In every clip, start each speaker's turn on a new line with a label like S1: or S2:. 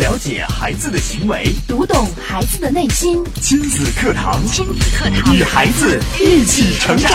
S1: 了解孩子的行为，
S2: 读懂孩子的内心，
S1: 亲子课堂，
S2: 亲子课堂
S1: 与孩子一起成长。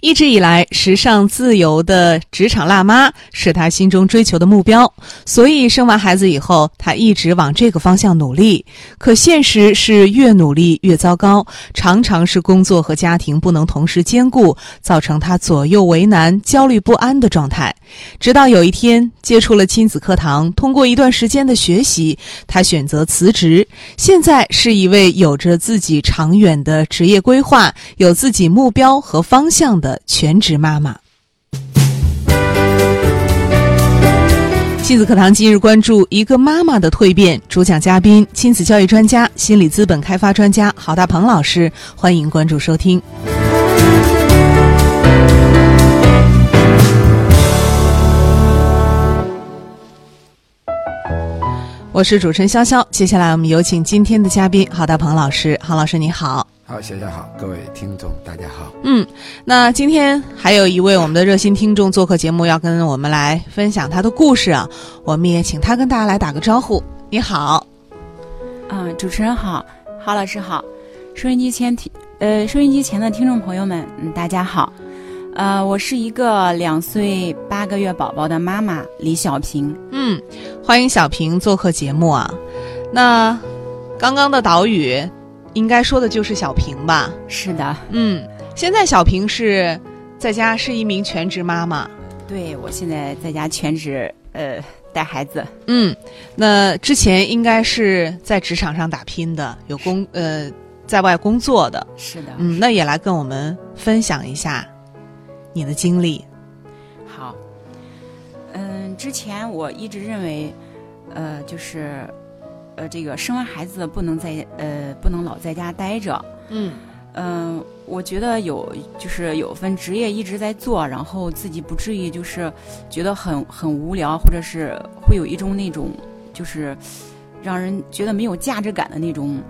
S3: 一直以来，时尚自由的职场辣妈是她心中追求的目标，所以生完孩子以后，她一直往这个方向努力。可现实是，越努力越糟糕，常常是工作和家庭不能同时兼顾，造成她左右为难、焦虑不安的状态。直到有一天接触了亲子课堂，通过一段时间的学习，她选择辞职。现在是一位有着自己长远的职业规划、有自己目标和方向的全职妈妈。亲子课堂今日关注一个妈妈的蜕变，主讲嘉宾亲子教育专家、心理资本开发专家郝大鹏老师，欢迎关注收听。我是主持人潇潇，接下来我们有请今天的嘉宾郝大鹏老师。郝老师你好，
S4: 好，小小好，各位听众大家好。
S3: 嗯，那今天还有一位我们的热心听众做客节目，要跟我们来分享他的故事啊。我们也请他跟大家来打个招呼。你好，
S5: 啊、主持人好，郝老师好，收音机前听呃收音机前的听众朋友们，嗯，大家好，呃，我是一个两岁八个月宝宝的妈妈李小平，
S3: 嗯，欢迎小平做客节目啊。那刚刚的岛屿，应该说的就是小平吧？
S5: 是的，
S3: 嗯，现在小平是在家是一名全职妈妈。
S5: 对我现在在家全职呃带孩子，
S3: 嗯，那之前应该是在职场上打拼的，有工呃在外工作的，
S5: 是的，
S3: 嗯，那也来跟我们分享一下你的经历。
S5: 好，嗯，之前我一直认为，呃，就是，呃，这个生完孩子不能在呃不能老在家待着，
S3: 嗯
S5: 嗯，我觉得有就是有份职业一直在做，然后自己不至于就是觉得很很无聊，或者是会有一种那种就是让人觉得没有价值感的那种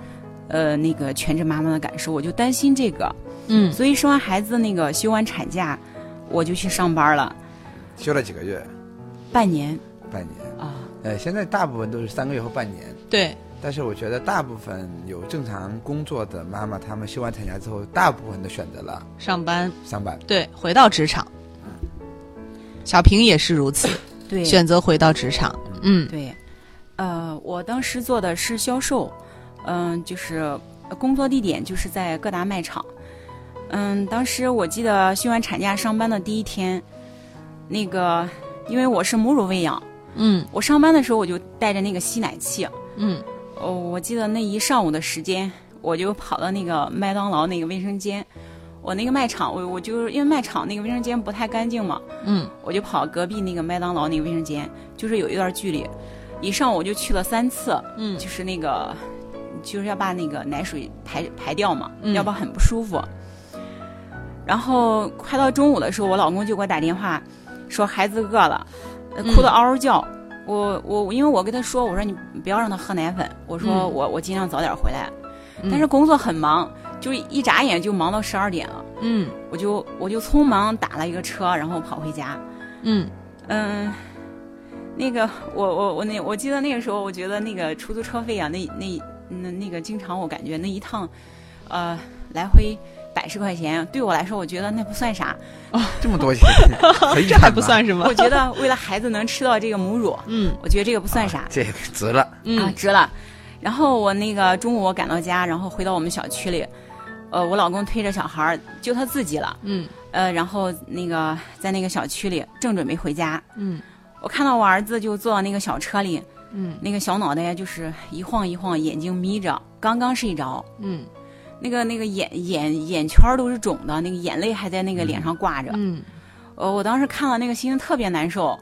S5: 呃那个全职妈妈的感受，我就担心这个，
S3: 嗯
S5: 所以生完孩子那个休完产假，我就去上班了
S4: 休了几个月，
S5: 半年
S4: 半年。
S5: 啊，
S4: 呃，现在大部分都是三个月或半年，
S3: 对，
S4: 但是我觉得大部分有正常工作的妈妈，她们休完产假之后，大部分都选择了
S3: 上班
S4: 上班。
S3: 对，回到职场。小平也是如此，
S5: 对，
S3: 选择回到职场。嗯
S5: 对，呃，我当时做的是销售，嗯、就是呃工作地点就是在各大卖场。嗯，当时我记得休完产假上班的第一天，那个因为我是母乳喂养，
S3: 嗯
S5: 我上班的时候我就带着那个吸奶器，
S3: 嗯
S5: 哦，我记得那一上午的时间，我就跑到那个麦当劳那个卫生间，我那个卖场，我我就是因为卖场那个卫生间不太干净嘛，
S3: 嗯，
S5: 我就跑隔壁那个麦当劳那个卫生间，就是有一段距离，一上午我就去了三次，
S3: 嗯
S5: 就是那个就是要把那个奶水排排掉嘛，
S3: 嗯
S5: 要不然很不舒服。然后快到中午的时候，我老公就给我打电话，说孩子饿了，呃
S3: 嗯
S5: 哭得嗷嗷叫。我我因为我跟他说，我说你不要让他喝奶粉，我说
S3: 嗯
S5: 我、我尽量早点回来，
S3: 嗯
S5: 但是工作很忙，就是一眨眼就忙到十二点了，
S3: 嗯
S5: 我就我就匆忙打了一个车，然后跑回家。
S3: 嗯
S5: 嗯，那个我我我那我记得那个时候，我觉得那个出租车费啊，那那那那个经常我感觉那一趟，呃，来回百十块钱，对我来说，我觉得那不算啥。
S4: 这么多钱，很遗
S3: 这还
S4: 憾
S3: 不
S4: 吧
S3: 算什么
S5: 我。觉得为了孩子能吃到这个母乳，
S3: 嗯
S5: 我觉得这个不算啥
S4: 这个值 了。
S5: 啊，
S3: 嗯
S5: 值了。然后我那个中午我赶到家，然后回到我们小区里，呃，我老公推着小孩儿，就他自己了，
S3: 嗯
S5: 呃，然后那个在那个小区里正准备回家，
S3: 嗯
S5: 我看到我儿子就坐到那个小车里，
S3: 嗯
S5: 那个小脑袋就是一晃一晃，眼睛眯着，刚刚睡着，
S3: 嗯
S5: 那个那个眼眼眼圈儿都是肿的，那个眼泪还在那个脸上挂着。
S3: 嗯，
S5: 呃，我当时看了那个心情特别难受，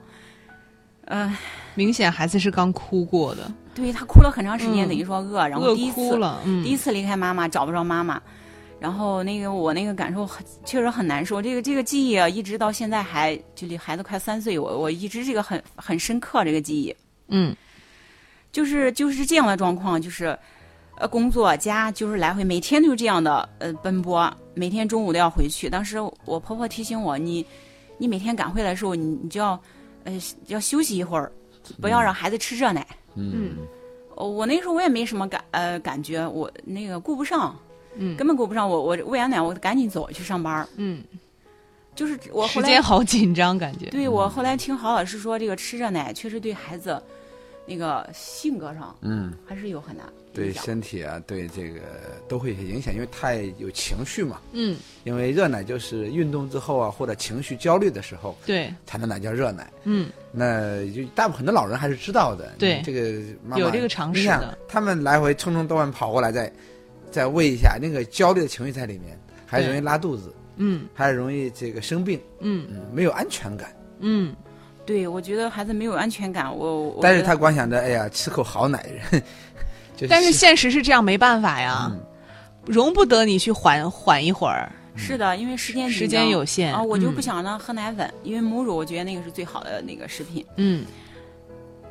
S5: 呃，
S3: 明显孩子是刚哭过的，
S5: 对他哭了很长时间，
S3: 嗯
S5: 等于说饿，然后
S3: 饿
S5: 第一
S3: 哭
S5: 次
S3: 了。嗯，
S5: 第一次离开妈妈，找不着妈妈，然后那个我那个感受很确实很难受，这个这个记忆啊，一直到现在还就离孩子快三岁，我我一直这个很很深刻这个记忆。
S3: 嗯
S5: 就是就是这样的状况，就是呃工作家就是来回，每天就这样的呃奔波，每天中午都要回去。当时我婆婆提醒我，你你每天赶回来的时候，你你就要呃要休息一会儿，不要让孩子吃热奶。
S4: 嗯
S5: 哦，我那时候我也没什么感呃感觉，我那个顾不上，
S3: 嗯
S5: 根本顾不上我我喂完奶我赶紧走去上班儿，
S3: 嗯，
S5: 就是我后
S3: 时
S5: 来
S3: 间好紧张，感觉
S5: 对我后来听郝老师说，这个吃热奶确实对孩子那个性格上
S4: 嗯，
S5: 还是有很大
S4: 对
S5: 影响
S4: 身体啊，对这个都会有些影响，因为太有情绪嘛。
S3: 嗯
S4: 因为热奶就是运动之后啊，或者情绪焦虑的时候
S3: 对
S4: 才能奶叫热奶。
S3: 嗯
S4: 那就大部分很多老人还是知道的，
S3: 对
S4: 你这个妈妈
S3: 有这个常识的
S4: 你想他们来回冲冲断跑过来再再喂一下，那个焦虑的情绪在里面，还容易拉肚子，
S3: 嗯
S4: 还容易这个生病，
S3: 嗯
S4: 嗯，没有安全感。
S3: 嗯
S5: 对，我觉得孩子没有安全感，我我
S4: 但是
S5: 觉得
S4: 他光想着，哎呀，吃口好奶， 就是
S3: 但是啊现实是这样，没办法呀，
S4: 嗯
S3: 容不得你去缓缓一会儿，
S5: 是的，因为时间
S3: 时
S5: 紧
S3: 间
S5: 张
S3: 有限
S5: 啊，我就不
S3: 嗯
S5: 想让他喝奶粉，因为母乳我觉得那个是最好的那个食品。
S3: 嗯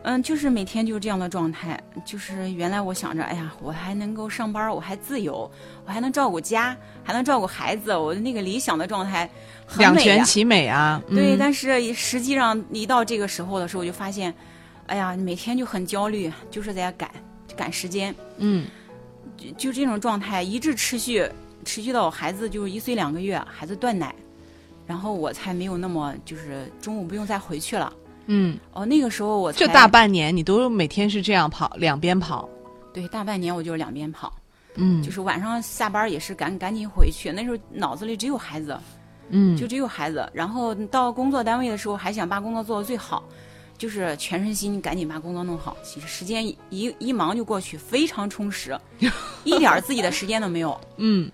S5: 嗯，就是每天就是这样的状态，就是原来我想着，哎呀，我还能够上班，我还自由，我还能照顾家，还能照顾孩子，我的那个理想的状态很
S3: 两
S5: 美
S3: 全
S5: 呀。
S3: 其美啊，
S5: 对，
S3: 嗯
S5: 但是实际上一到这个时候的时候，我就发现，哎呀，每天就很焦虑，就是在赶赶时间，
S3: 嗯
S5: 就就这种状态一直持续持续到我孩子就是一岁两个月，孩子断奶，然后我才没有那么就是中午不用再回去了。
S3: 嗯，
S5: 哦，那个时候我才
S3: 这大半年你都每天是这样跑，两边跑，
S5: 对大半年我就两边跑。
S3: 嗯
S5: 就是晚上下班也是赶赶紧回去，那时候脑子里只有孩子，
S3: 嗯
S5: 就只有孩子。然后到工作单位的时候，还想把工作做得最好，就是全身心赶紧把工作弄好。其实时间一一一忙就过去，非常充实， 一点儿自己的时间都没有。
S3: 嗯。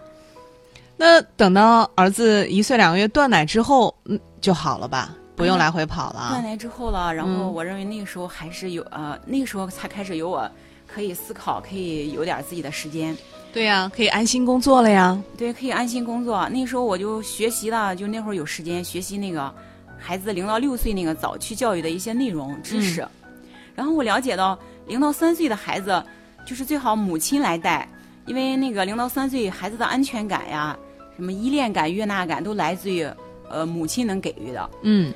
S3: 那等到儿子一岁两个月断奶之后，嗯，就好了吧？不用来回跑了
S5: 断
S3: 啊。
S5: 奶之后了，然后
S3: 嗯
S5: 我认为那个时候还是有呃，那个时候才开始有我可以思考，可以有点儿自己的时间。
S3: 对呀、可以安心工作了呀。
S5: 对，可以安心工作。那时候我就学习了，就那会儿有时间学习那个孩子零到六岁那个早期教育的一些内容知识。
S3: 嗯
S5: 然后我了解到，零到三岁的孩子就是最好母亲来带，因为那个零到三岁孩子的安全感呀、什么依恋感、悦纳感都来自于呃母亲能给予的。
S3: 嗯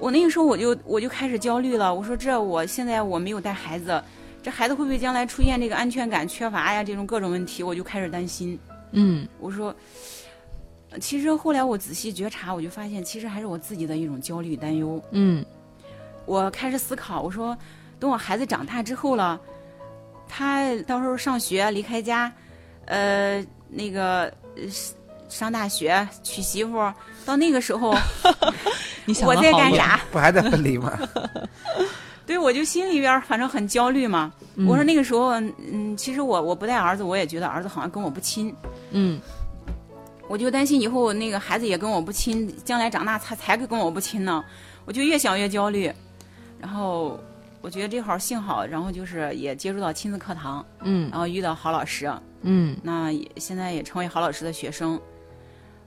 S5: 我那个时候我就我就开始焦虑了，我说这我现在我没有带孩子，这孩子会不会将来出现这个安全感缺乏呀这种各种问题，我就开始担心。
S3: 嗯
S5: 我说，呃其实后来我仔细觉察，我就发现其实还是我自己的一种焦虑担忧。
S3: 嗯
S5: 我开始思考，我说，等我孩子长大之后了，他到时候上学离开家，呃，那个呃上大学娶媳妇儿，到那个时候
S3: 你想
S5: 我
S3: 得
S5: 在
S3: 好
S5: 干
S3: 美？
S5: 啥？
S4: 不还在分离吗？
S5: 对，我就心里边儿反正很焦虑嘛。我说那个时候，嗯，其实我我不带儿子，我也觉得儿子好像跟我不亲。
S3: 嗯
S5: 我就担心以后那个孩子也跟我不亲，将来长大他才跟我不亲呢，我就越想越焦虑。然后我觉得这会儿幸好，然后就是也接触到亲子课堂，
S3: 嗯
S5: 然后遇到郝老师，
S3: 嗯
S5: 那也现在也成为郝老师的学生。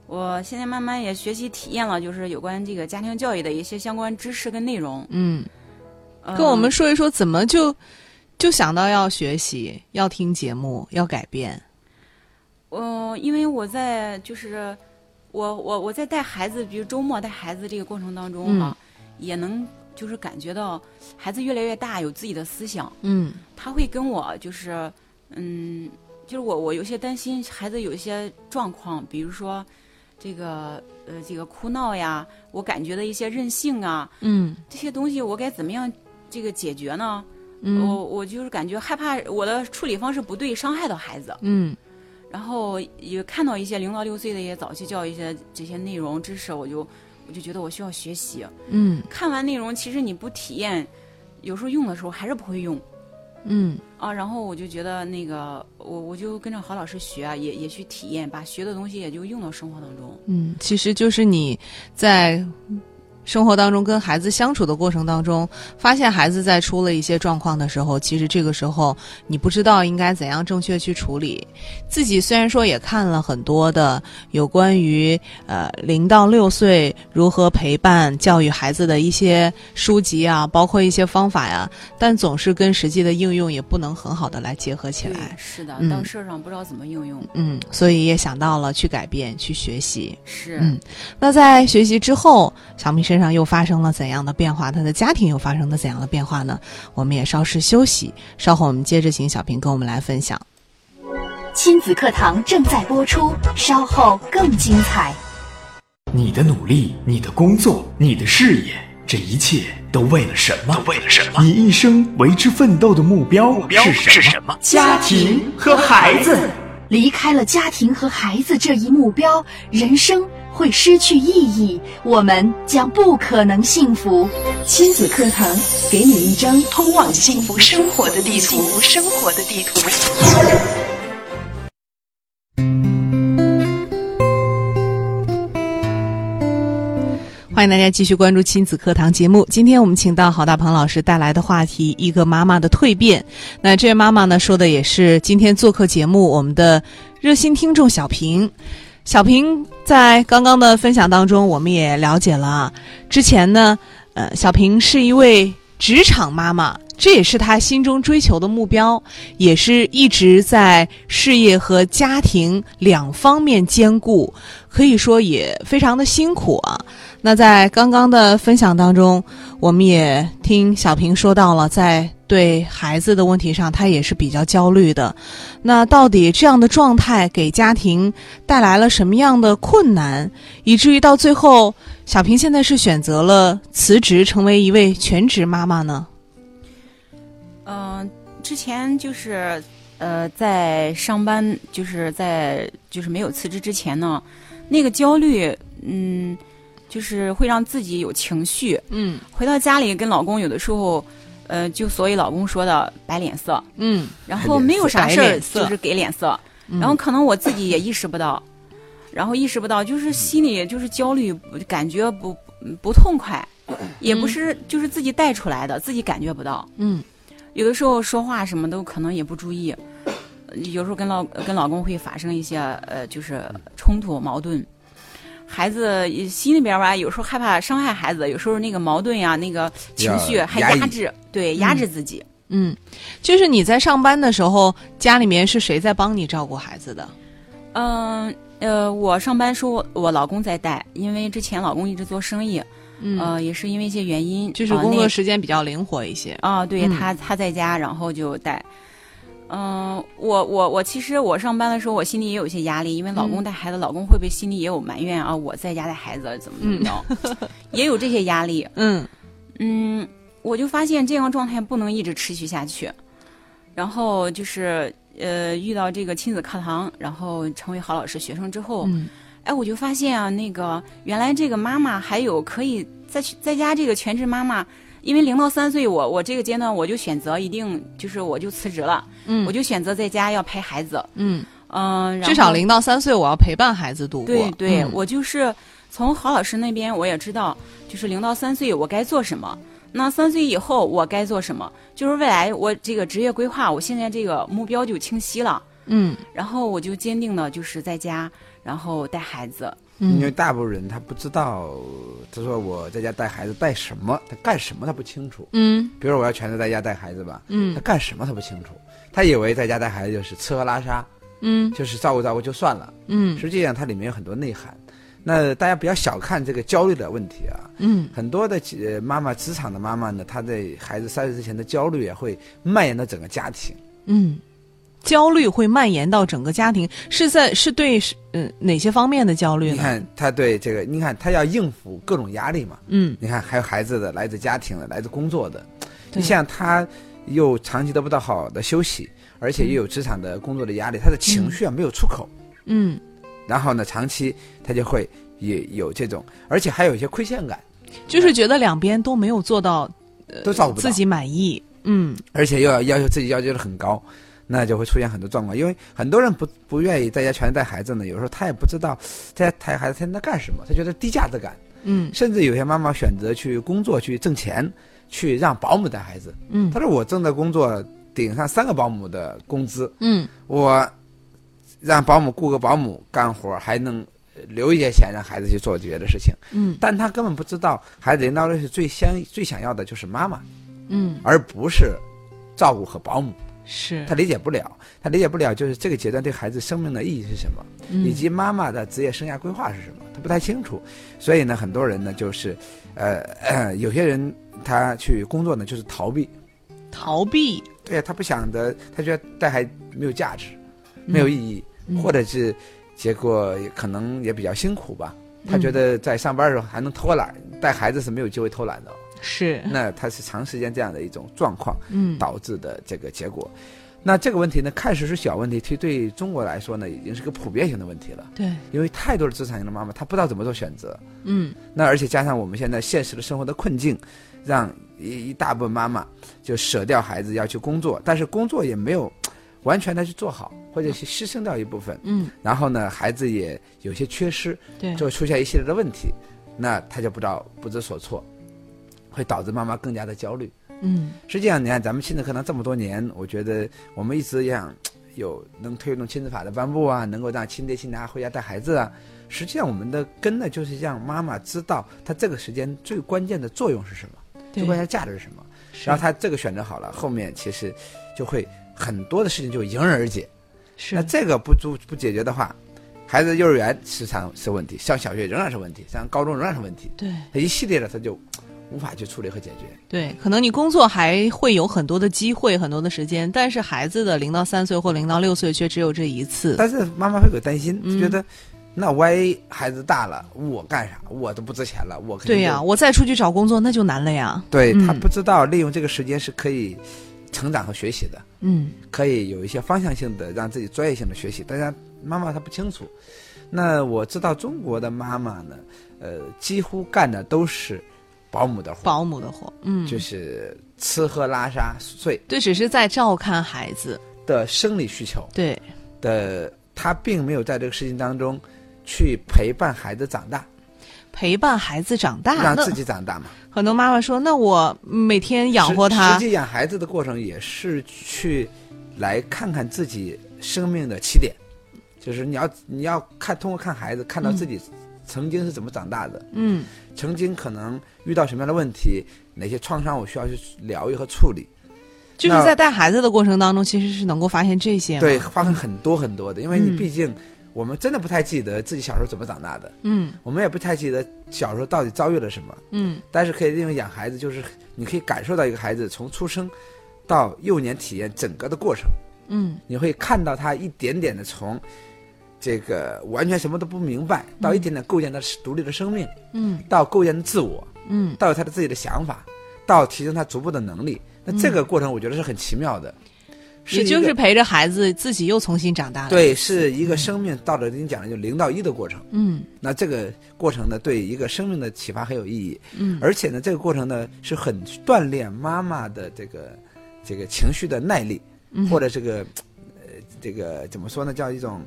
S5: 我现在慢慢也学习体验了，就是有关这个家庭教育的一些相关知识跟内容。
S3: 嗯，
S5: 呃
S3: 跟我们说一说怎么就就想到要学习、要听节目、要改变。
S5: 嗯、因为我在就是我我我在带孩子，比如周末带孩子这个过程当
S3: 嗯
S5: 中啊，也能就是感觉到孩子越来越大，有自己的思想，
S3: 嗯
S5: 他会跟我就是嗯，就是我我有些担心孩子有一些状况，比如说这个呃这个哭闹呀，我感觉的一些任性啊，
S3: 嗯
S5: 这些东西我该怎么样这个解决呢？
S3: 嗯
S5: 我我就是感觉害怕我的处理方式不对，伤害到孩子。
S3: 嗯
S5: 然后也看到一些零到六岁的一些早期教育一些这些内容知识，我就我就觉得我需要学习。
S3: 嗯
S5: 看完内容，其实你不体验，有时候用的时候还是不会用
S3: 嗯
S5: 啊。然后我就觉得那个我我就跟着郝老师学啊，也也去体验，把学的东西也就用到生活当中。
S3: 嗯，其实就是你在。生活当中跟孩子相处的过程当中，发现孩子在出了一些状况的时候，其实这个时候你不知道应该怎样正确去处理。自己虽然说也看了很多的有关于呃零到六岁如何陪伴教育孩子的一些书籍啊，包括一些方法呀、但总是跟实际的应用也不能很好的来结合起
S5: 对
S3: 来，。
S5: 是的，
S3: 嗯
S5: 到事儿上不知道怎么应用。
S3: 嗯，所以也想到了去改变、去学习。
S5: 是，
S3: 嗯那在学习之后，小明身身上又发生了怎样的变化，他的家庭又发生了怎样的变化呢？我们也稍事休息，稍后我们接着请小平跟我们来分享。
S2: 亲子课堂正在播出，稍后更精彩。
S1: 你的努力，你的工作，你的事业，这一切都为了什么？都为了什么？你一生为之奋斗的目标是什么？是什么？
S2: 家
S1: 庭和孩子。
S2: 离开了家庭和孩子这一目标，人生会失去意义，我们将不可能幸福。亲子课堂给你一张通往幸福生活的地图。生活的地图。
S3: 欢迎大家继续关注亲子课堂节目。今天我们请到郝大鹏老师带来的话题：一个妈妈的蜕变。那这位妈妈呢，说的也是今天做客节目我们的热心听众小平。小平在刚刚的分享当中，我们也了解了啊。之前呢，呃，小平是一位职场妈妈，这也是她心中追求的目标，也是一直在事业和家庭两方面兼顾，可以说也非常的辛苦啊。那在刚刚的分享当中，我们也听小平说到了，在对孩子的问题上，他也是比较焦虑的。那到底这样的状态给家庭带来了什么样的困难，以至于到最后，小平现在是选择了辞职，成为一位全职妈妈呢？
S5: 嗯、之前就是呃，在上班，就是在就是没有辞职之前呢，那个焦虑，嗯，就是会让自己有情绪。
S3: 嗯
S5: 回到家里跟老公有的时候，呃，就所以老公说的摆脸色，
S3: 嗯
S5: 然后没有啥事
S3: 摆
S5: 儿
S3: 脸色嗯
S5: 就是给脸色，然后可能我自己也意识不到，然后意识不到，就是心里就是焦虑，不感觉不不痛快，也不是就是自己带出来的，自己感觉不到。
S3: 嗯
S5: 有的时候说话什么都可能也不注意，呃有时候跟老跟老公会发生一些呃就是冲突矛盾。孩子也心里边吧，有时候害怕伤害孩子，有时候那个矛盾呀、那个情绪
S4: 要
S5: 还
S4: 压抑
S5: 压制，对，压制自己。
S3: 嗯，就是你在上班的时候，家里面是谁在帮你照顾孩子的？
S5: 嗯呃我上班时候我老公在带，因为之前老公一直做生意，
S3: 嗯，
S5: 呃，也是因为一些原因，
S3: 就是
S5: 呃
S3: 工
S5: 那
S3: 作时间比较灵活一些。
S5: 啊，对
S3: 嗯
S5: 他他在家，然后就带。嗯、我我我其实我上班的时候，我心里也有一些压力，因为老公带孩子，老公会不会心里也有埋怨啊？我在家带孩子怎么怎么着，也有这些压力。
S3: 嗯
S5: 嗯，我就发现这样状态不能一直持续下去，然后就是呃遇到这个亲子课堂，然后成为郝老师学生之后，
S3: 嗯
S5: 哎，我就发现啊，那个原来这个妈妈还有可以在在家这个全职妈妈，因为零到三岁我我这个阶段我就选择一定就是我就辞职了，
S3: 嗯
S5: 我就选择在家要陪孩子，
S3: 嗯，
S5: 嗯、然后
S3: 至少零到三岁，我要陪伴孩子度过。
S5: 对对，
S3: 嗯
S5: 我就是从郝老师那边我也知道，就是零到三岁我该做什么。那三岁以后我该做什么？就是未来我这个职业规划，我现在这个目标就清晰了。
S3: 嗯
S5: 然后我就坚定的就是在家，然后带孩子，
S4: 因为
S3: 嗯
S4: 大部分人他不知道，他说我在家带孩子带什么，他干什么他不清楚。
S3: 嗯
S4: 比如说我要全职在家带孩子吧，他
S3: 嗯
S4: 干什么他不清楚，他以为在家带孩子就是吃喝拉撒，
S3: 嗯
S4: 就是照顾照顾就算了。
S3: 嗯
S4: 实际上它里面有很多内涵。那大家不要小看这个焦虑的问题啊，
S3: 嗯
S4: 很多的呃妈妈，职场的妈妈呢，她在孩子三岁之前的焦虑也会蔓延到整个家庭。
S3: 嗯，焦虑会蔓延到整个家庭，是在是对是嗯哪些方面的焦虑
S4: 你
S3: 呢？
S4: 看她对这个，你看她要应付各种压力嘛，
S3: 嗯
S4: 你看还有孩子的，来自家庭的，来自工作的，
S3: 对
S4: 你像她又长期得不到好的休息，而且又有职场的工作的压力，她的情绪啊没有出口，
S3: 嗯，
S4: 然后呢，长期她就会也有这种，而且还有一些亏欠感，
S3: 就是觉得两边都没有做到
S4: 都照顾不到
S3: 自己满意。嗯
S4: 而且又要要求自己要求的很高，那就会出现很多状况。因为很多人不不愿意在家全带孩子呢，有时候他也不知道在家带孩子他在干什么，他觉得低价值感，
S3: 嗯
S4: 甚至有些妈妈选择去工作去挣钱，去让保姆带孩子。
S3: 嗯
S4: 他说我正在工作，顶上三个保姆的工资，
S3: 嗯
S4: 我让保姆雇个保姆干活，还能呃留一些钱让孩子去做别的事情。
S3: 嗯
S4: 但他根本不知道，孩子零到六岁最想最想要的就是妈妈，
S3: 嗯，
S4: 而不是照顾和保姆。
S3: 是
S4: 他理解不了，他理解不了，就是这个阶段对孩子生命的意义是什么，以
S3: 嗯
S4: 及妈妈的职业生涯规划是什么，他不太清楚。所以呢，很多人呢就是，呃，呃 有些人他去工作呢，就是逃避，
S3: 逃避，
S4: 对呀，他不想的，他觉得带孩没有价值，没有意义，
S3: 嗯
S4: 或者是结果也可能也比较辛苦吧。
S3: 嗯
S4: 他觉得在上班的时候还能偷懒，带孩子是没有机会偷懒的。哦
S3: 是，
S4: 那他是长时间这样的一种状况
S3: 嗯，
S4: 导致的这个结果。那这个问题呢，看似是小问题，其实对中国来说呢，已经是个普遍性的问题了。
S3: 对，
S4: 因为太多的职场型的妈妈，她不知道怎么做选择。
S3: 嗯，
S4: 那而且加上我们现在现实的生活的困境，让一一大部分妈妈就舍掉孩子要去工作，但是工作也没有完全的去做好，或者是牺牲掉一部分。
S3: 嗯，
S4: 然后呢，孩子也有些缺失，
S3: 对，
S4: 就会出现一系列的问题，那她就不知道不知所措，会导致妈妈更加的焦虑。
S3: 嗯，
S4: 实际上，你看咱们亲子课堂这么多年，我觉得我们一直也想有能推动亲子法的颁布啊，能够让亲爹亲娘回家带孩子啊。实际上，我们的根呢，就是让妈妈知道她这个时间最关键的作用是什么，最关键
S3: 对，
S4: 的价值是什么。
S3: 是
S4: 然后她这个选择好了，后面其实就会很多的事情就迎刃而解。那
S3: 是，
S4: 这个不不不解决的话，孩子幼儿园时常是问题，上小学仍然是问题，上高中仍然是问题，
S3: 对，
S4: 他一系列的他就无法去处理和解决。
S3: 对，可能你工作还会有很多的机会，很多的时间，但是孩子的零到三岁或零到六岁却只有这一次。
S4: 但是妈妈会有担心，
S3: 嗯
S4: 觉得那万一孩子大了，我干啥？我都不值钱了，我肯定
S3: 对呀、
S4: 就
S3: 我再出去找工作那就难了呀。
S4: 对
S3: 嗯
S4: 他不知道利用这个时间是可以成长和学习的，
S3: 嗯，
S4: 可以有一些方向性的让自己专业性的学习，但是妈妈她不清楚。那我知道中国的妈妈呢，呃，几乎干的都是保姆的活，
S3: 保姆的活，嗯，
S4: 就是吃喝拉撒睡
S3: 对，只是在照看孩子，
S4: 的生理需求
S3: 对，
S4: 的，她并没有在这个事情当中去陪伴孩子长大。
S3: 陪伴孩子长大。
S4: 让
S3: 啊那
S4: 自己长大嘛。
S3: 很多妈妈说，那我每天养活
S4: 实
S3: 他
S4: 实，际养孩子的过程也是去来看看自己生命的起点，就是你要你要看通过看孩子看到自己曾经是怎么长大的，
S3: 嗯，
S4: 曾经可能遇到什么样的问题，哪些创伤我需要去疗愈和处理。
S3: 就是
S4: 那
S3: 在带孩子的过程当中，其实是能够发现这些嘛。
S4: 对，发生很多很多的，因为你
S3: 嗯
S4: 毕竟我们真的不太记得自己小时候怎么长大的，
S3: 嗯
S4: 我们也不太记得小时候到底遭遇了什么。
S3: 嗯，
S4: 但是可以利用养孩子，就是你可以感受到一个孩子从出生到幼年体验整个的过程，
S3: 嗯，
S4: 你会看到他一点点的从这个完全什么都不明白，到一点点构建他独立的生命，
S3: 嗯，
S4: 到构建自我，
S3: 嗯，
S4: 到有他的自己的想法，到提升他逐步的能力。那这个过程我觉得是很奇妙的，
S3: 嗯也
S4: 一
S3: 就
S4: 个
S3: 是陪着孩子自己又重新长大了。，
S4: 对，是一个生命到了你讲的就零到一的过程。
S3: 嗯
S4: 那这个过程呢，对一个生命的启发很有意义。
S3: 嗯，
S4: 而且呢，这个过程呢是很锻炼妈妈的这个这个情绪的耐力，
S3: 嗯
S4: 或者这个呃这个怎么说呢，叫一种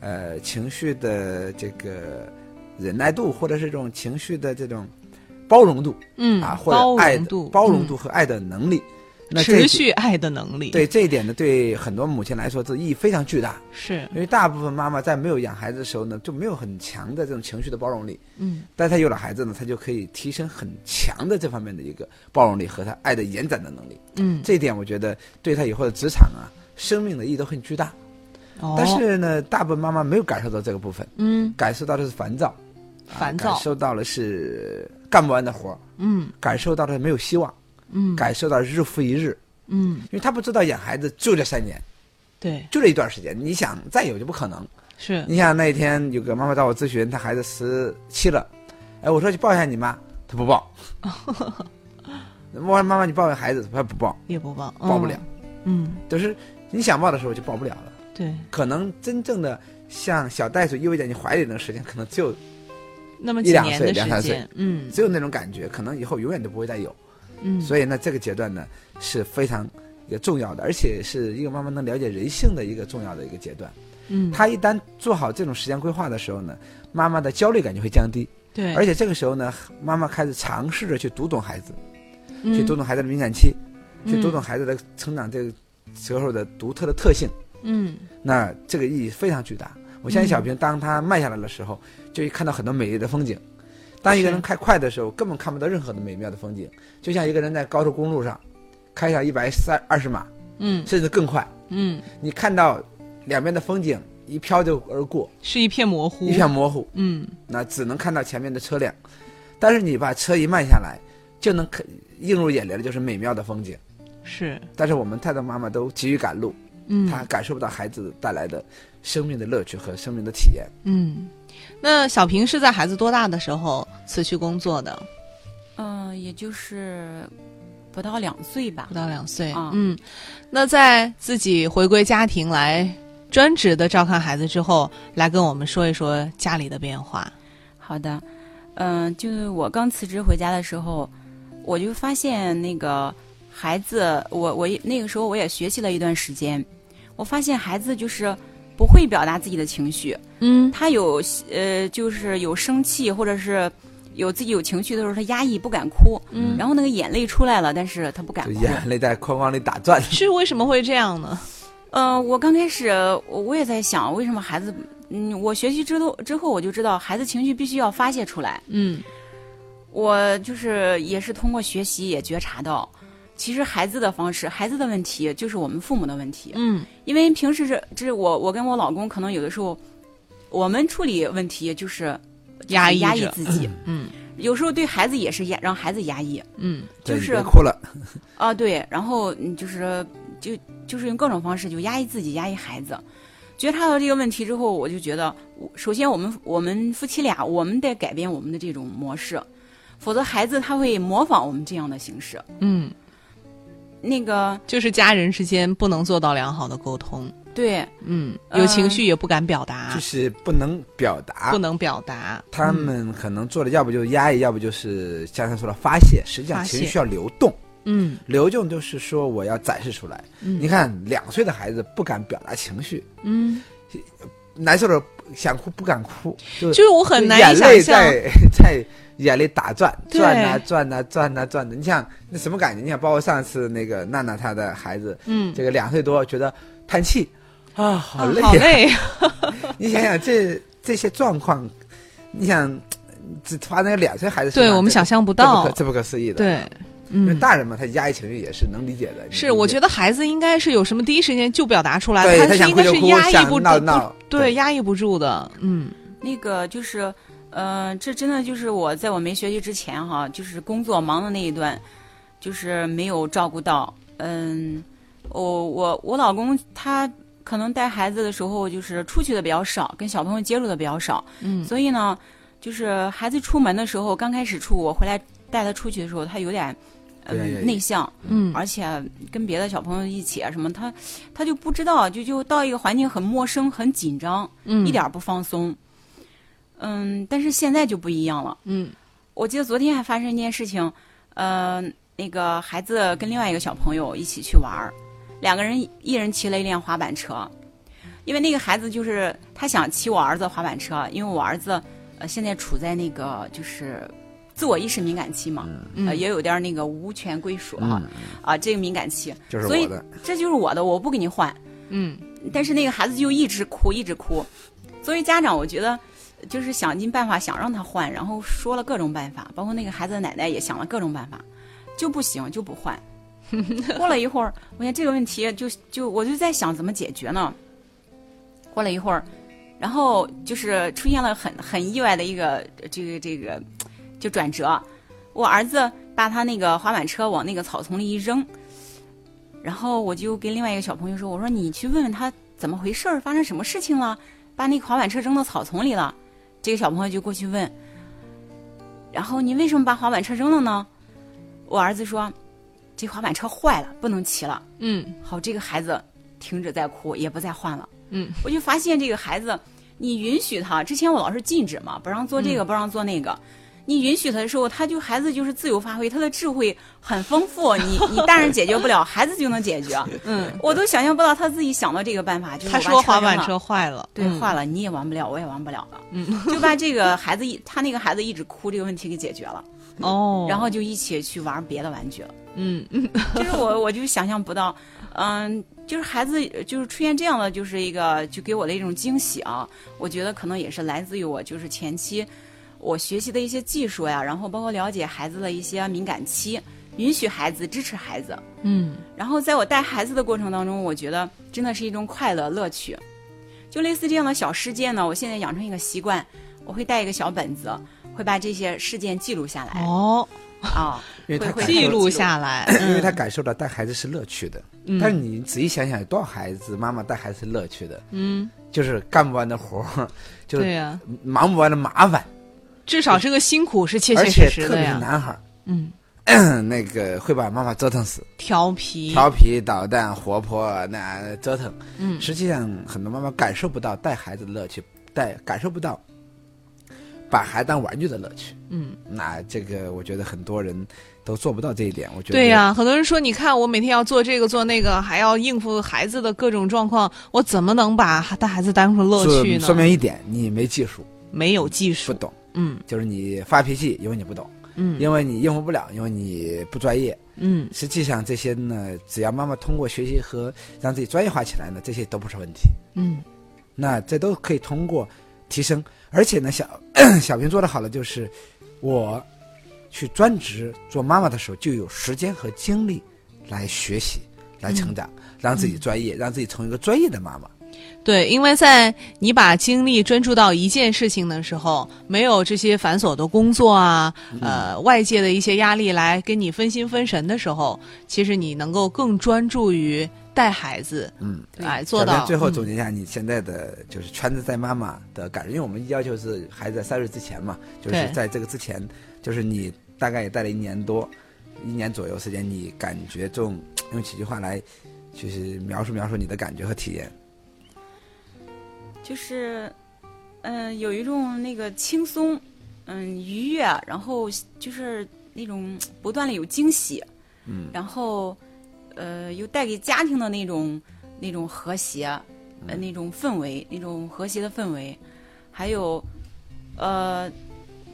S4: 呃情绪的这个忍耐度，或者是这种情绪的这种包容度
S3: 嗯
S4: 啊，或
S3: 包
S4: 者爱
S3: 容
S4: 的
S3: 度，
S4: 包容
S3: 嗯
S4: 度和爱的能力。那这
S3: 持
S4: 一
S3: 续爱的能力，
S4: 对这一点呢，对很多母亲来说，这意义非常巨大。
S3: 是，
S4: 因为大部分妈妈在没有养孩子的时候呢，就没有很强的这种情绪的包容力。
S3: 嗯，
S4: 但她有了孩子呢，她就可以提升很强的这方面的一个包容力和她爱的延展的能力。
S3: 嗯，
S4: 这一点我觉得对她以后的职场啊、生命的意义都很巨大。
S3: 哦
S4: 但是呢，大部分妈妈没有感受到这个部分，
S3: 嗯，
S4: 感受到的是烦躁，啊
S3: 烦躁
S4: 感，受到了是干不完的活儿，
S3: 嗯
S4: 感受到了没有希望，
S3: 嗯
S4: 感受到日复一日。
S3: 嗯，
S4: 因为她不知道养孩子就这三年，
S3: 对，
S4: 就这一段时间，你想再有就不可能。
S3: 是，
S4: 你想那天有个妈妈找我咨询，她孩子十七了，哎，我说去抱一下你妈，她 不抱。我说妈妈，你抱一下孩子，她不抱，
S3: 也不抱，
S4: 抱不
S3: 嗯
S4: 了。
S3: 嗯，
S4: 就是你想抱的时候就抱不了了。
S3: 对。
S4: 可能真正的像小袋鼠依偎在你怀里那个时间，可能只有
S3: 那么
S4: 一
S3: 几
S4: 两
S3: 年
S4: 岁
S3: 的
S4: 两
S3: 时
S4: 三岁
S3: 间，嗯
S4: 只有那种感觉，可能以后永远都不会再有。
S3: 嗯，
S4: 所以呢，这个阶段呢是非常一个重要的，而且是一个妈妈能了解人性的一个重要的一个阶段。
S3: 嗯，
S4: 她一旦做好这种时间规划的时候呢，妈妈的焦虑感就会降低。
S3: 对，
S4: 而且这个时候呢，妈妈开始尝试着去读懂孩子，去
S3: 嗯
S4: 读懂孩子的敏感期，去读
S3: 嗯
S4: 懂孩子的成长这个时候的独特的特性。
S3: 嗯，
S4: 那这个意义非常巨大。我相信小平，当他慢下来的时候，就会看到很多美丽的风景。当一个人
S3: 是
S4: 开快的时候，根本看不到任何的美妙的风景，就像一个人在高速公路上开上一百三二十码，
S3: 嗯
S4: 甚至更快，
S3: 嗯，
S4: 你看到两边的风景一飘就而过，
S3: 是一片模糊，
S4: 一片模糊。
S3: 嗯
S4: 那只能看到前面的车辆。但是你把车一慢下来，就能看映入眼帘的就是美妙的风景。
S3: 是，
S4: 但是我们太多妈妈都急于赶路，
S3: 嗯
S4: 她感受不到孩子带来的生命的乐趣和生命的体验。
S3: 嗯。那小平是在孩子多大的时候辞去工作的？
S5: 嗯、也就是不到两岁吧
S3: 不。到两岁。
S5: 啊
S3: 嗯，那在自己回归家庭来专职的照看孩子之后，来跟我们说一说家里的变化。
S5: 好的，嗯、就是我刚辞职回家的时候，我就发现那个孩子，我我也那个时候我也学习了一段时间，我发现孩子就是不会表达自己的情绪，
S3: 嗯
S5: 他有呃就是有生气或者是有自己有情绪的时候，他压抑不敢哭，
S3: 嗯，
S5: 然后那个眼泪出来了，但是他不敢
S4: 就
S5: 哭。
S4: 眼泪在框框里打转。
S3: 是为什么会这样呢？
S5: 呃，我刚开始我我也在想，为什么孩子，嗯，我学习之后之后我就知道，孩子情绪必须要发泄出来。
S3: 嗯
S5: 我就是也是通过学习也觉察到，其实孩子的方式，孩子的问题就是我们父母的问题。
S3: 嗯
S5: 因为平时这这我我跟我老公可能有的时候，我们处理问题就是
S3: 压抑
S5: 压抑
S3: 着
S5: 自己，
S3: 嗯
S5: 有时候对孩子也是压让孩子压抑
S3: 嗯
S5: 就
S4: 对
S5: 是
S4: 你别哭了，
S5: 啊，对，然后嗯就是就就是用各种方式就压抑自己，压抑孩子。觉察到这个问题之后，我就觉得，我首先我们我们夫妻俩，我们得改变我们的这种模式，否则孩子他会模仿我们这样的形式。
S3: 嗯，
S5: 那个
S3: 就是家人之间不能做到良好的沟通。
S5: 对，
S3: 嗯，
S5: 呃
S3: 有情绪也不敢表达，
S4: 就是啊不能表达，
S3: 啊不能表达。
S4: 他们可能做的要不就压抑，要不就是像他说的发泄。实际上
S3: 发泄
S4: 情绪要流动，
S3: 嗯
S4: 流动就是说我要展示出来。你看，两岁的孩子不敢表达情绪，
S3: 嗯，
S4: 难受了想哭不敢哭，就
S3: 就是我很难
S4: 眼
S3: 以想
S4: 泪
S3: 象。
S4: 在 在眼里打转，
S3: 对
S4: 转呐、转呐、转呐、转呐、你想那什么感觉？你想，包括上次那个娜娜她的孩子，
S3: 嗯，
S4: 这个两岁多，觉得叹气啊，好累、
S3: 啊
S4: 啊
S3: 好累。
S4: 你想想这这些状况，你想只发生在两岁孩子身上，
S3: 对我们
S4: 这
S3: 想象不
S4: 这不
S3: 到
S4: 可。这不可思议的。，
S3: 对，
S4: 因为
S3: 嗯。
S4: 大人嘛，他压抑情绪也是能理解的。
S3: 是，我觉
S4: 得
S3: 得孩子应该是有什么第一时间就表达出来
S4: 对
S3: 的，
S4: 他
S3: 是
S4: 想
S3: 应
S4: 哭
S3: 该
S4: 就是哭，
S3: 压抑
S4: 想
S3: 不住
S4: 闹闹，
S3: 对，压抑不住的，嗯
S5: 那个就是，呃，这真的就是我在我没学习之前哈，就是工作忙的那一段，就是没有照顾到。嗯，我我我老公他可能带孩子的时候就是出去的比较少，跟小朋友接触的比较少，
S3: 嗯
S5: 所以呢，就是孩子出门的时候，刚开始出我回来带他出去的时候，他有点。
S4: 对呀呀
S5: 嗯，内向，
S4: 啊
S3: 嗯
S5: 而且跟别的小朋友一起啊什么，他他就不知道，就就到一个环境很陌生、很紧张，
S3: 嗯，
S5: 一点儿不放松。嗯，但是现在就不一样了。
S3: 嗯
S5: 我记得昨天还发生一件事情，呃，那个孩子跟另外一个小朋友一起去玩儿，两个人一一人骑了一辆滑板车，因为那个孩子就是他想骑我儿子滑板车，因为我儿子呃现在处在那个就是自我意识敏感期嘛，呃
S3: 嗯
S5: 也有点儿那个无权归属哈、
S4: 嗯
S5: 啊这个敏感期，
S4: 就是
S5: 所以
S4: 我的，
S5: 这就是我的，我不给你换。
S3: 嗯
S5: 但是那个孩子就一直哭，一直哭。作为家长，我觉得就是想尽办法想让他换，然后说了各种办法，包括那个孩子的奶奶也想了各种办法，就不行，就不换。过了一会儿，我想这个问题就就我就在想怎么解决呢？过了一会儿，然后就是出现了很很意外的一个这个这个就转折，我儿子把他那个滑板车往那个草丛里一扔，然后我就跟另外一个小朋友说：“我说你去问问他怎么回事儿，发生什么事情了，把那个滑板车扔到草丛里了。”这个小朋友就过去问，然后你为什么把滑板车扔了呢？我儿子说：“这滑板车坏了，不能骑了。”
S3: 嗯
S5: 好，这个孩子停止在哭，也不再换了。
S3: 嗯，
S5: 我就发现这个孩子，你允许他，之前我老是禁止嘛，不让做
S3: 嗯
S5: 这个，不让做那个。你允许他的时候，他就孩子就是自由发挥，他的智慧很丰富。你你大人解决不了， 孩子就能解决。
S3: 嗯，
S5: 我都想象不到他自己想到这个办法，就是
S3: 他
S5: 我把
S3: 说滑
S5: 扔
S3: 板
S5: 了
S3: 车坏了，
S5: 对，
S3: 嗯
S5: 坏了，你也玩不了，我也玩不了了。嗯，就把这个孩子一他那个孩子一直哭这个问题给解决了，
S3: 哦，
S5: 然后就一起去玩别的玩具了。
S3: 嗯嗯
S5: 就是我我就想象不到，嗯，就是孩子就是出现这样的，就是一个就给我的一种惊喜啊！我觉得可能也是来自于我就是前期我学习的一些技术呀，然后包括了解孩子的一些敏感期，允许孩子支持孩子，
S3: 嗯
S5: 然后在我带孩子的过程当中，我觉得真的是一种快乐乐趣。就类似这样的小事件呢，我现在养成一个习惯，我会带一个小本子，会把这些事件记录下来啊、
S3: 哦，
S4: 因为他
S5: 会
S4: 感
S5: 会
S3: 记
S4: 受，
S3: 录下来，
S4: 因为
S3: 嗯
S4: 他感受到带孩子是乐趣的。
S3: 嗯
S4: 但是你仔细想想，有多少孩子妈妈带孩子是乐趣的？
S3: 嗯，
S4: 就是干不完的活儿，就
S3: 对啊
S4: 是
S3: 呀，
S4: 忙不完的麻烦，
S3: 至少这个辛苦是切
S4: 而
S3: 切
S4: 且
S3: 实实
S4: 特
S3: 的
S4: 别是
S3: 呀，
S4: 男孩儿，
S3: 嗯，
S4: 那个会把妈妈折腾死，
S3: 调皮，
S4: 调皮捣蛋、活泼，那折腾。
S3: 嗯
S4: 实际上，很多妈妈感受不到带孩子的乐趣，带感受不到把孩子当玩具的乐趣。
S3: 嗯，
S4: 那这个，我觉得很多人都做不到这一点。我觉得
S3: 对呀，很多人说，你看我每天要做这个做那个，还要应付孩子的各种状况，我怎么能把带孩子当成乐
S4: 说
S3: 趣
S4: 说
S3: 呢？
S4: 明一点，你没技术，
S3: 没有技
S4: 不
S3: 术，
S4: 懂，
S3: 嗯
S4: 就是你发脾气，因为你不懂，
S3: 嗯
S4: 因为你应付不了，因为你不专业。
S3: 嗯，
S4: 实际上，这些呢，只要妈妈通过学习和让自己专业化起来呢，这些都不是问题。
S3: 嗯，
S4: 那这都可以通过提升。而且呢，小 小平做的好的就是，我去专职做妈妈的时候，就有时间和精力来学习、来成长，让自己专业，让自己成为一个专业的妈妈。
S3: 对，因为在你把精力专注到一件事情的时候，没有这些繁琐的工作啊，
S4: 嗯
S3: 呃，外界的一些压力来跟你分心分神的时候，其实你能够更专注于带孩子，
S4: 嗯，
S3: 来做
S4: 小
S3: 到
S4: 平最后
S3: 嗯
S4: 总结一下你现在的就是全职在妈妈的感受，因为我们要求是孩子在三岁之前嘛，就是
S3: 对
S4: 在这个之前，就是你大概也带了一年多，一年左右时间，你感觉这种用几句话来，就是描述描述你的感觉和体验。
S5: 就是，嗯、有一种那个轻松，嗯，愉悦，然后就是那种不断的有惊喜，
S4: 嗯，
S5: 然后，呃，又带给家庭的那种那种和谐，呃，那种氛围，那种和谐的氛围，还有，呃，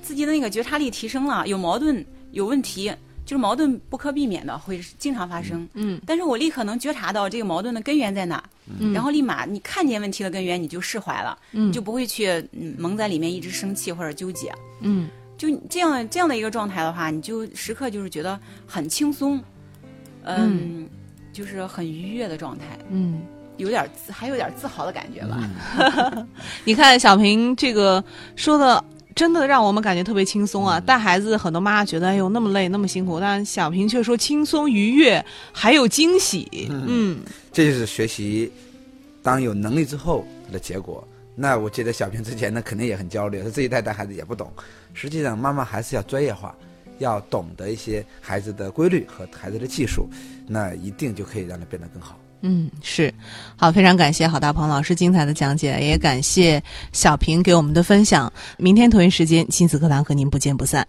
S5: 自己的那个觉察力提升了，有矛盾，有问题，就是矛盾不可避免的会经常发生，
S3: 嗯
S5: 但是我立刻能觉察到这个矛盾的根源在哪，
S3: 嗯
S5: 然后立马你看见问题的根源，你就释怀了，
S3: 嗯
S5: 你就不会去嗯蒙在里面一直生气或者纠结。
S3: 嗯
S5: 就这样这样的一个状态的话，你就时刻就是觉得很轻松，嗯，就是很愉悦的状态，
S3: 嗯。
S5: 有点自还有点自豪的感觉吧。
S3: 你看小平这个说的，真的让我们感觉特别轻松啊！带孩子，很多妈妈觉得哎呦那么累那么辛苦，但小平却说轻松愉悦，还有惊喜。嗯
S4: 这就是学习当有能力之后的结果。那我记得小平之前呢，肯定也很焦虑，他自己带带孩子也不懂。实际上，妈妈还是要专业化，要懂得一些孩子的规律和孩子的技术，那一定就可以让他变得更好。
S3: 嗯，是，好，非常感谢郝大鹏老师精彩的讲解，也感谢小平给我们的分享。明天同一时间亲子课堂和您不见不散。